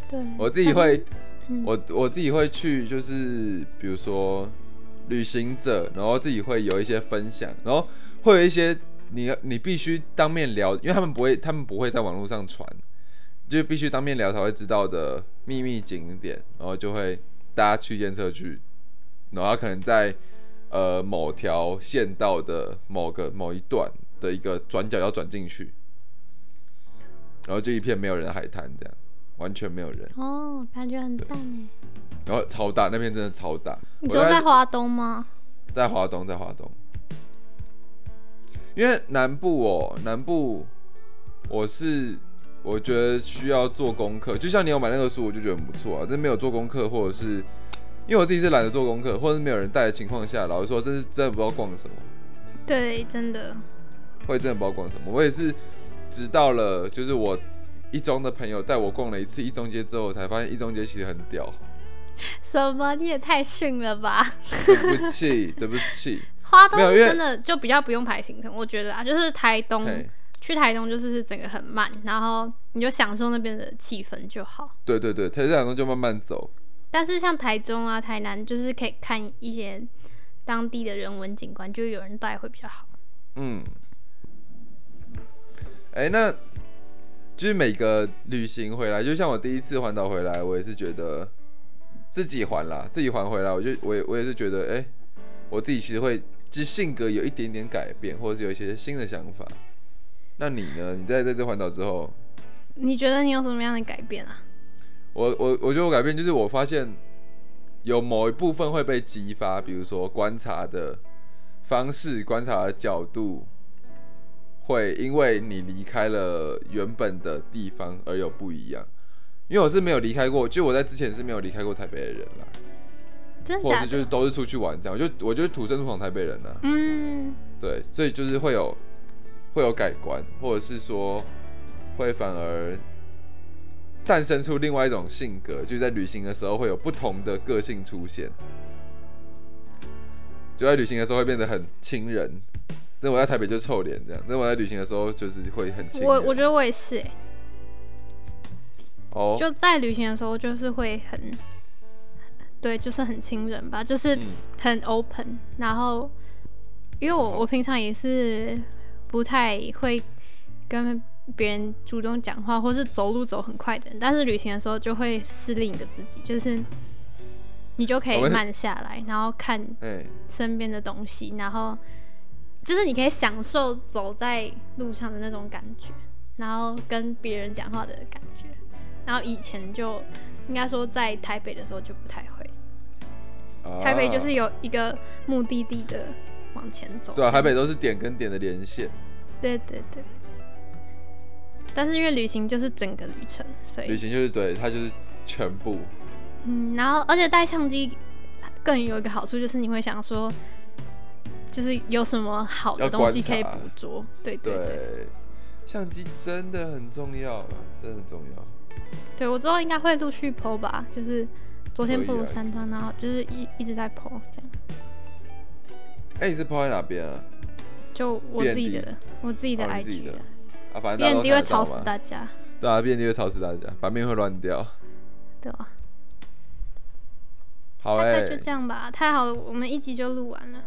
[SPEAKER 4] 对，
[SPEAKER 2] 我自己会
[SPEAKER 4] 嗯，
[SPEAKER 2] 我我自己会去，就是比如说旅行者，然后自己会有一些分享，然后会有一些你你必须当面聊，因为他们不会，他们不会在网络上传，就必须当面聊才会知道的秘密景点，然后就会大家区间车去，然后他可能在呃某条县道的某个某一段的一个转角要转进去，然后就一片没有人的海滩这样，完全没有人。
[SPEAKER 1] 哦，感觉很赞哎。
[SPEAKER 2] 然后超大，那边真的超大。
[SPEAKER 1] 你
[SPEAKER 2] 我
[SPEAKER 1] 说在
[SPEAKER 2] 在
[SPEAKER 1] 华东吗？
[SPEAKER 2] 在华东，在华东，因为南部哦，南部我是我觉得需要做功课，就像你有买那个书，我就觉得很不错啊。但没有做功课，或者是因为我自己是懒得做功课，或者是没有人带的情况下，老实说，真是真的不知道逛什么，
[SPEAKER 1] 对，真的。
[SPEAKER 2] 会真的不知道逛什么。我也是直到了，就是我一中的朋友带我逛了一次一中街之后，我才发现一中街其实很屌。
[SPEAKER 1] 什么？你也太逊了吧！
[SPEAKER 2] 对不起，对不起，
[SPEAKER 1] 花东
[SPEAKER 2] 没有因为
[SPEAKER 1] 真的就比较不用排行程，我觉得啊，就是台东
[SPEAKER 2] 嘿。
[SPEAKER 1] 去台东就是整个很慢，然后你就享受那边的气氛就好。
[SPEAKER 2] 对对对，台这两个就慢慢走。
[SPEAKER 1] 但是像台中啊、台南，就是可以看一些当地的人文景观，就有人带会比较好。
[SPEAKER 2] 嗯，哎、那就是每个旅行回来，就像我第一次环岛回来，我也是觉得自己环啦，自己环回来，我就我也我也是觉得，哎、我自己其实会就是性格有一点点改变，或者是有一些新的想法。那你呢？你在在这环岛之后，
[SPEAKER 1] 你觉得你有什么样的改变啊？
[SPEAKER 2] 我我我觉得我改变就是我发现有某一部分会被激发，比如说观察的方式、观察的角度，会因为你离开了原本的地方而有不一样。因为我是没有离开过，就我在之前是没有离开过台北的人啦，
[SPEAKER 1] 真的
[SPEAKER 2] 或者
[SPEAKER 1] 假
[SPEAKER 2] 是就
[SPEAKER 1] 的？
[SPEAKER 2] 是都是出去玩这样，我就我就是土生土长台北人啊啦、
[SPEAKER 1] 嗯，
[SPEAKER 2] 对，所以就是会有会有改观，或者是说会反而诞生出另外一种性格，就是在旅行的时候会有不同的个性出现，就在旅行的时候会变得很亲人。那我在台北就臭脸这样，那我在旅行的时候就是会很亲人。
[SPEAKER 1] 我我觉得我也是、欸，
[SPEAKER 2] 哦，
[SPEAKER 1] 就在旅行的时候，就是会很，对，就是很亲人吧，就是
[SPEAKER 2] 嗯
[SPEAKER 1] 很 open、然后，因为我我平常也是不太会跟别人主动讲话，或是走路走很快的人，但是旅行的时候就会是另一个自己，就是你就可以
[SPEAKER 2] 我们
[SPEAKER 1] 慢下来，然后看
[SPEAKER 2] 哎、
[SPEAKER 1] 身边的东西，然后就是你可以享受走在路上的那种感觉，然后跟别人讲话的感觉。然后以前就应该说在台北的时候就不太会，
[SPEAKER 2] 啊
[SPEAKER 1] 台北就是有一个目的地的往前走。
[SPEAKER 2] 对啊，台北都是点跟点的连线，
[SPEAKER 1] 对对对。但是因为旅行就是整个旅程，所
[SPEAKER 2] 旅
[SPEAKER 1] 以
[SPEAKER 2] 行就是对它就是全部。
[SPEAKER 1] 嗯，然后而且带相机更有一个好处就是你会想说，就是有什么好的
[SPEAKER 2] 要
[SPEAKER 1] 东西
[SPEAKER 2] 观察
[SPEAKER 1] 可以捕捉。对对对。
[SPEAKER 2] 对，相机真的很重要啊，真的很重要。
[SPEAKER 1] 对我之后应该会陆续剖吧，就是昨天
[SPEAKER 2] 可以
[SPEAKER 1] 剖了
[SPEAKER 2] 啊
[SPEAKER 1] 三张，然后就是一一直在剖，这样
[SPEAKER 2] 哎、你是抛在哪边啊？
[SPEAKER 1] 就我自己
[SPEAKER 2] 遍
[SPEAKER 1] 的我自己的
[SPEAKER 2] 哦你自己
[SPEAKER 1] IG
[SPEAKER 2] 的
[SPEAKER 1] 啊，
[SPEAKER 2] 啊，反正大
[SPEAKER 1] 遍
[SPEAKER 2] 家
[SPEAKER 1] 地
[SPEAKER 2] 都
[SPEAKER 1] 会
[SPEAKER 2] 看得到
[SPEAKER 1] 吵死
[SPEAKER 2] 嘛
[SPEAKER 1] 大家，
[SPEAKER 2] 对啊，遍地会吵死大家，版面会乱掉。
[SPEAKER 1] 对吧？
[SPEAKER 2] 好
[SPEAKER 1] 大
[SPEAKER 2] 哎、
[SPEAKER 1] 概就这样吧，太好了，我们一集就录完了。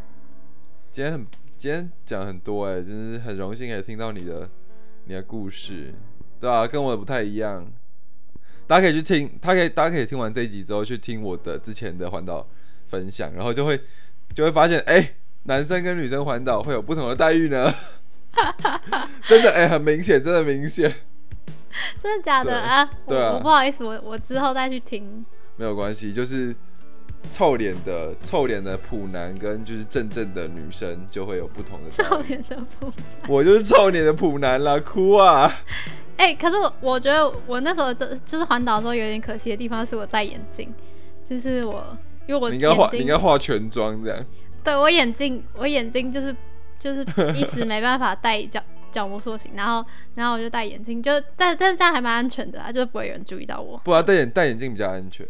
[SPEAKER 2] 今天很今天讲很多哎、真是很荣幸可以听到你的你的故事，对啊，跟我的不太一样。大家可以去听，他可以大家可以听完这一集之后去听我的之前的环岛分享，然后就会就会发现，哎、男生跟女生环岛会有不同的待遇呢。 真的哎、很明显，真的明显，
[SPEAKER 1] 真的假的
[SPEAKER 2] 对
[SPEAKER 1] 啊？我
[SPEAKER 2] 对啊
[SPEAKER 1] 我不好意思，我我之后再去听。
[SPEAKER 2] 没有关系，就是臭脸的臭脸的普男跟就是正正的女生就会有不同的待遇
[SPEAKER 1] 少年的部分，
[SPEAKER 2] 我就是臭脸的普男啦，哭啊！
[SPEAKER 1] 哎、可是我我觉得我那时候就就是环岛的时候有点可惜的地方是我戴眼镜，就是我因为我
[SPEAKER 2] 你
[SPEAKER 1] 眼
[SPEAKER 2] 应该化，
[SPEAKER 1] 睛
[SPEAKER 2] 你应该化全妆这样。
[SPEAKER 1] 对我眼镜，我眼睛就是就是一时没办法戴角角膜塑形，然后然后我就戴眼镜，就但但是这样还蛮安全的啊，就是不会有人注意到我。
[SPEAKER 2] 不然啊戴眼戴眼镜比较 安全。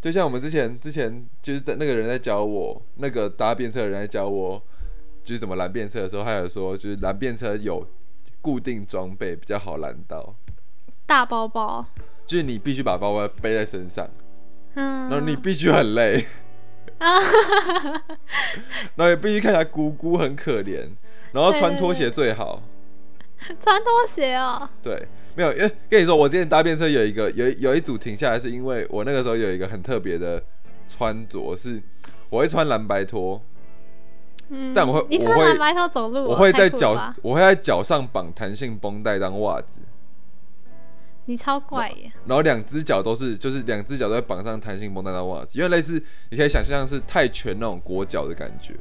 [SPEAKER 2] 就像我们之前之前就是在那个人在教我，那个搭便车的人在教我，就是怎么拦便车的时候，他有说就是拦便车有固定装备比较好拦到，
[SPEAKER 6] 大包包，
[SPEAKER 2] 就是你必须把包包背在身上，
[SPEAKER 6] 嗯，
[SPEAKER 2] 然后你必须很累，
[SPEAKER 6] 啊，
[SPEAKER 2] 然后你必须看起来咕咕很可怜，然后
[SPEAKER 6] 对
[SPEAKER 2] 穿
[SPEAKER 6] 对
[SPEAKER 2] 拖
[SPEAKER 6] 对
[SPEAKER 2] 鞋最好。
[SPEAKER 6] 穿拖鞋哦，
[SPEAKER 2] 对，没有，因为跟你说，我之前搭便车有一个有一有一组停下来，是因为我那个时候有一个很特别的穿着，是我会穿蓝白拖，
[SPEAKER 6] 嗯，
[SPEAKER 2] 但我会
[SPEAKER 6] 你
[SPEAKER 2] 我
[SPEAKER 6] 穿
[SPEAKER 2] 会
[SPEAKER 6] 蓝白拖走路哦、
[SPEAKER 2] 我会
[SPEAKER 6] 太
[SPEAKER 2] 在
[SPEAKER 6] 酷了
[SPEAKER 2] 脚
[SPEAKER 6] 吧，
[SPEAKER 2] 我会在脚上绑弹性绷带当袜子，
[SPEAKER 6] 你超怪耶，
[SPEAKER 2] 然后两只脚都是就是两只脚都在绑上弹性绷带当袜子，因为类似你可以想象是泰拳那种裹脚的感 觉。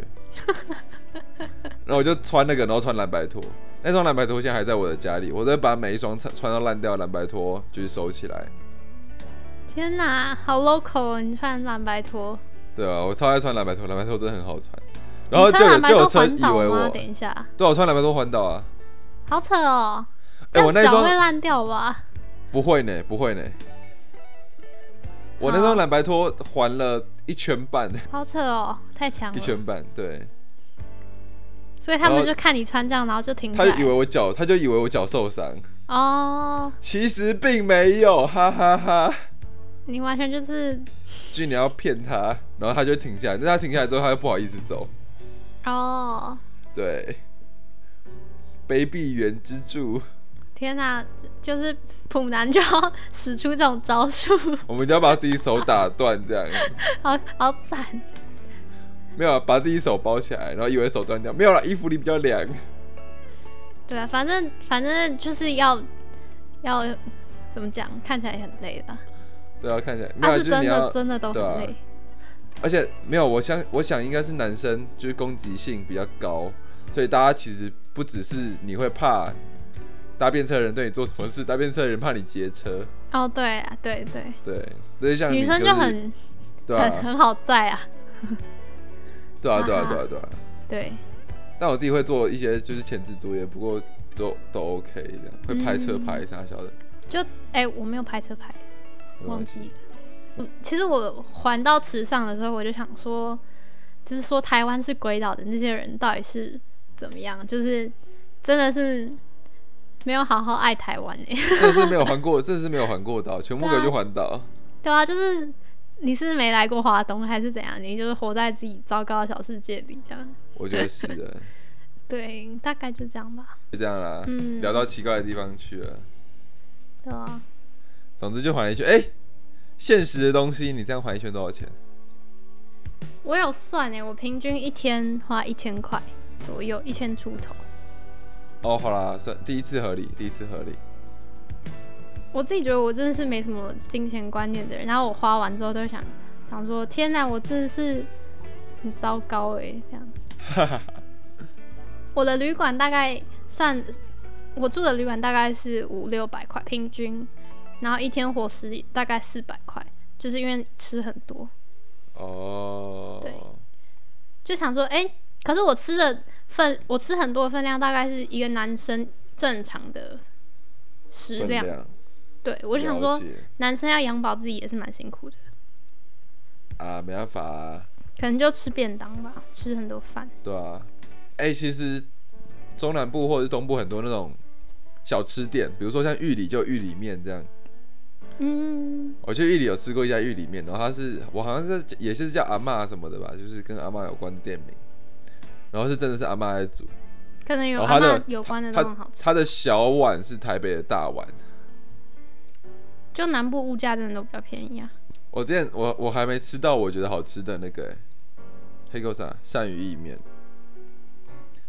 [SPEAKER 2] 然后我就穿那个，然后穿蓝白拖，那双蓝白拖现在还在我的家里，我都会把每一双穿穿到烂掉的蓝白拖就是收起来。
[SPEAKER 6] 天哪，好 local 哦，你穿蓝白拖，
[SPEAKER 2] 对啊，我超爱穿蓝白拖，蓝白拖真的很好穿。
[SPEAKER 6] 你
[SPEAKER 2] 然呃后就
[SPEAKER 6] 穿
[SPEAKER 2] 有
[SPEAKER 6] 蓝白
[SPEAKER 2] 就有
[SPEAKER 6] 拖
[SPEAKER 2] 车
[SPEAKER 6] 环
[SPEAKER 2] 以
[SPEAKER 6] 岛
[SPEAKER 2] 为
[SPEAKER 6] 吗？
[SPEAKER 2] 我，
[SPEAKER 6] 等一下，
[SPEAKER 2] 对啊，我穿蓝白拖环岛啊。
[SPEAKER 6] 好扯哦，
[SPEAKER 2] 哎、
[SPEAKER 6] 这
[SPEAKER 2] 我
[SPEAKER 6] 样
[SPEAKER 2] 那
[SPEAKER 6] 脚会
[SPEAKER 2] 双
[SPEAKER 6] 烂掉吧？
[SPEAKER 2] 不会呢，不会呢。我那双蓝白拖环了一圈半，
[SPEAKER 6] 好扯哦，太强
[SPEAKER 2] 一
[SPEAKER 6] 了，
[SPEAKER 2] 圈半，对。
[SPEAKER 6] 所以他
[SPEAKER 2] 然
[SPEAKER 6] 们
[SPEAKER 2] 后
[SPEAKER 6] 就看你穿这样，然后就停下
[SPEAKER 2] 他就以
[SPEAKER 6] 来，
[SPEAKER 2] 为我脚，他就以为我脚受伤，
[SPEAKER 6] 哦，
[SPEAKER 2] 其实并没有，哈哈哈
[SPEAKER 6] 你完全就是，
[SPEAKER 2] 就是你要骗他，然后他就停下来，但他停下来之后，他又不好意思走，
[SPEAKER 6] 哦，
[SPEAKER 2] 对。卑鄙原之助，
[SPEAKER 6] 天哪，就是普男就要使出这种招数，
[SPEAKER 2] 我们就要把自己手打断，这样。
[SPEAKER 6] 好好惨。
[SPEAKER 2] 没有啊，把自己手包起来，然后以为手断掉，没有啦，衣服里比较凉。
[SPEAKER 6] 对啊，反正反正就是要要怎么讲，看起来也很累的，
[SPEAKER 2] 对啊，看起来没
[SPEAKER 6] 他、
[SPEAKER 2] 有啊，
[SPEAKER 6] 啊、
[SPEAKER 2] 就是是
[SPEAKER 6] 真
[SPEAKER 2] 你要
[SPEAKER 6] 的真的都很
[SPEAKER 2] 对啊
[SPEAKER 6] 累。
[SPEAKER 2] 而且没有，我想我想应该是男生就是攻击性比较高，所以大家其实不只是你会怕搭便车的人对你做什么事，搭便车的人怕你劫车，
[SPEAKER 6] 哦，对啊，对对，
[SPEAKER 2] 对，所以像你
[SPEAKER 6] 女生
[SPEAKER 2] 就
[SPEAKER 6] 就是很、
[SPEAKER 2] 对
[SPEAKER 6] 很
[SPEAKER 2] 啊，
[SPEAKER 6] 很好在啊，
[SPEAKER 2] 对啊，对啊，
[SPEAKER 6] 哈哈
[SPEAKER 2] 对啊，对啊。
[SPEAKER 6] 对，
[SPEAKER 2] 但我自己会做一些就是前置作业，不过都都 OK 这样，会拍车
[SPEAKER 6] 嗯
[SPEAKER 2] 牌啥小的，
[SPEAKER 6] 就哎、我没有拍车牌，
[SPEAKER 2] 没
[SPEAKER 6] 忘
[SPEAKER 2] 关系
[SPEAKER 6] 记了。嗯，其实我环到池上的时候，我就想说，就是说台湾是鬼岛的那些人到底是怎么样？就是真的是没有好好爱台湾哎、
[SPEAKER 2] 这是没有环过， 这是没有环过岛，全部给
[SPEAKER 6] 对啊
[SPEAKER 2] 就环岛。
[SPEAKER 6] 对啊，就是你是没来过华东还是怎样？你就是活在自己糟糕的小世界里这样。
[SPEAKER 2] 我觉得是
[SPEAKER 6] 啊
[SPEAKER 2] 的，
[SPEAKER 6] 对，大概就这样吧。
[SPEAKER 2] 就这样啦，
[SPEAKER 6] 嗯
[SPEAKER 2] 聊到奇怪的地方去了。
[SPEAKER 6] 对啊，
[SPEAKER 2] 总之就环了一圈，哎、现实的东西你这样环一圈多少钱？
[SPEAKER 6] 我有算哎、我平均一天花一千块左右，一千出头。
[SPEAKER 2] 哦，好啦，算第一次合理，第一次合理。
[SPEAKER 6] 我自己觉得我真的是没什么金钱观念的人，然后我花完之后都会想想说，天哪，我真的是很糟糕哎、这样子。我的旅馆大概算我住的旅馆大概是五六百块平均，然后一天伙食大概四百块，就是因为吃很多，
[SPEAKER 2] 哦，
[SPEAKER 6] 对就想说，哎、可是我吃的份，我吃很多的分量大概是一个男生正常的食
[SPEAKER 2] 分
[SPEAKER 6] 量，
[SPEAKER 2] 量。
[SPEAKER 6] 对我就想
[SPEAKER 2] 了
[SPEAKER 6] 说
[SPEAKER 2] 解，
[SPEAKER 6] 男生要养饱自己也是蛮辛苦的。
[SPEAKER 2] 啊，没办法、啊，
[SPEAKER 6] 可能就吃便当吧，吃很多饭。
[SPEAKER 2] 对啊。哎、其实中南部或者是东部很多那种小吃店，比如说像玉里就有玉里面这样。
[SPEAKER 6] 嗯，
[SPEAKER 2] 我去玉里有吃过一家玉里面，然后它是我好像是也是叫阿嬷什么的吧，就是跟阿嬷有关的店名。然后是真的是阿嬷在煮，
[SPEAKER 6] 可能有
[SPEAKER 2] 哦它
[SPEAKER 6] 阿
[SPEAKER 2] 的
[SPEAKER 6] 嬷有关的都很
[SPEAKER 2] 它
[SPEAKER 6] 好吃。
[SPEAKER 2] 它的小碗是台北的大碗。
[SPEAKER 6] 就南部物价真的都比较便宜啊。
[SPEAKER 2] 我之前我我还没吃到我觉得好吃的那个、欸、黑狗啥鳝鱼意面，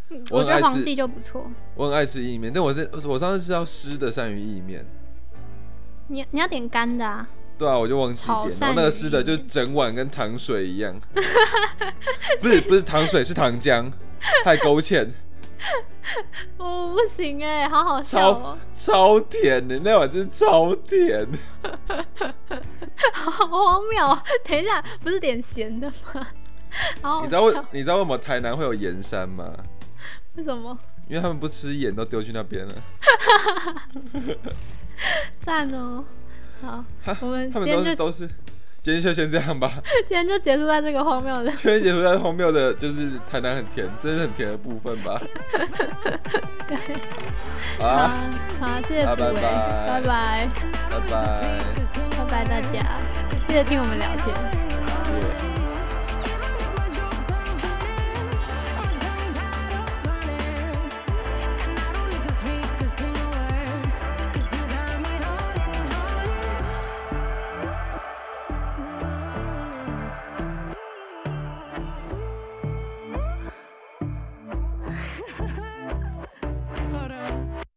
[SPEAKER 6] 嗯
[SPEAKER 2] 我
[SPEAKER 6] 我
[SPEAKER 2] 很
[SPEAKER 6] 觉
[SPEAKER 2] 爱
[SPEAKER 6] 得黄
[SPEAKER 2] 吃
[SPEAKER 6] 记就不错。
[SPEAKER 2] 我很爱吃意面，但我是我上次吃到湿的鳝鱼意面，
[SPEAKER 6] 你你要点干的啊，
[SPEAKER 2] 对啊，我就忘记
[SPEAKER 6] 炒
[SPEAKER 2] 点，然后那个湿的
[SPEAKER 6] 鳝鱼
[SPEAKER 2] 就
[SPEAKER 6] 意面
[SPEAKER 2] 整碗跟糖水一样， 不是不是糖水是糖浆，还勾芡，
[SPEAKER 6] 哦不行哎、好好笑
[SPEAKER 2] 超
[SPEAKER 6] 哦，
[SPEAKER 2] 超甜的那碗真是超甜，
[SPEAKER 6] 好荒谬哦。 等一下，不是点咸的吗？ 好好
[SPEAKER 2] 你知道为
[SPEAKER 6] 笑
[SPEAKER 2] 你知道为什么台南会有盐山吗？
[SPEAKER 6] 为什么？
[SPEAKER 2] 因为他们不吃盐，都丢去那边了。
[SPEAKER 6] 赞哦。好，我们
[SPEAKER 2] 他
[SPEAKER 6] 今
[SPEAKER 2] 们都
[SPEAKER 6] 天
[SPEAKER 2] 是
[SPEAKER 6] 就
[SPEAKER 2] 都是今天就先这样 吧。
[SPEAKER 6] 今天就结束在这个荒谬的。
[SPEAKER 2] 今天结束在荒谬的，就是台南很甜，真是很甜的部分 吧。好
[SPEAKER 6] 好
[SPEAKER 2] 啊，，
[SPEAKER 6] 好，谢谢
[SPEAKER 2] 啊
[SPEAKER 6] 紫薇，
[SPEAKER 2] 拜拜
[SPEAKER 6] 拜拜，
[SPEAKER 2] 拜拜。
[SPEAKER 6] 拜拜大家，谢谢听我们聊天。
[SPEAKER 2] Yeah.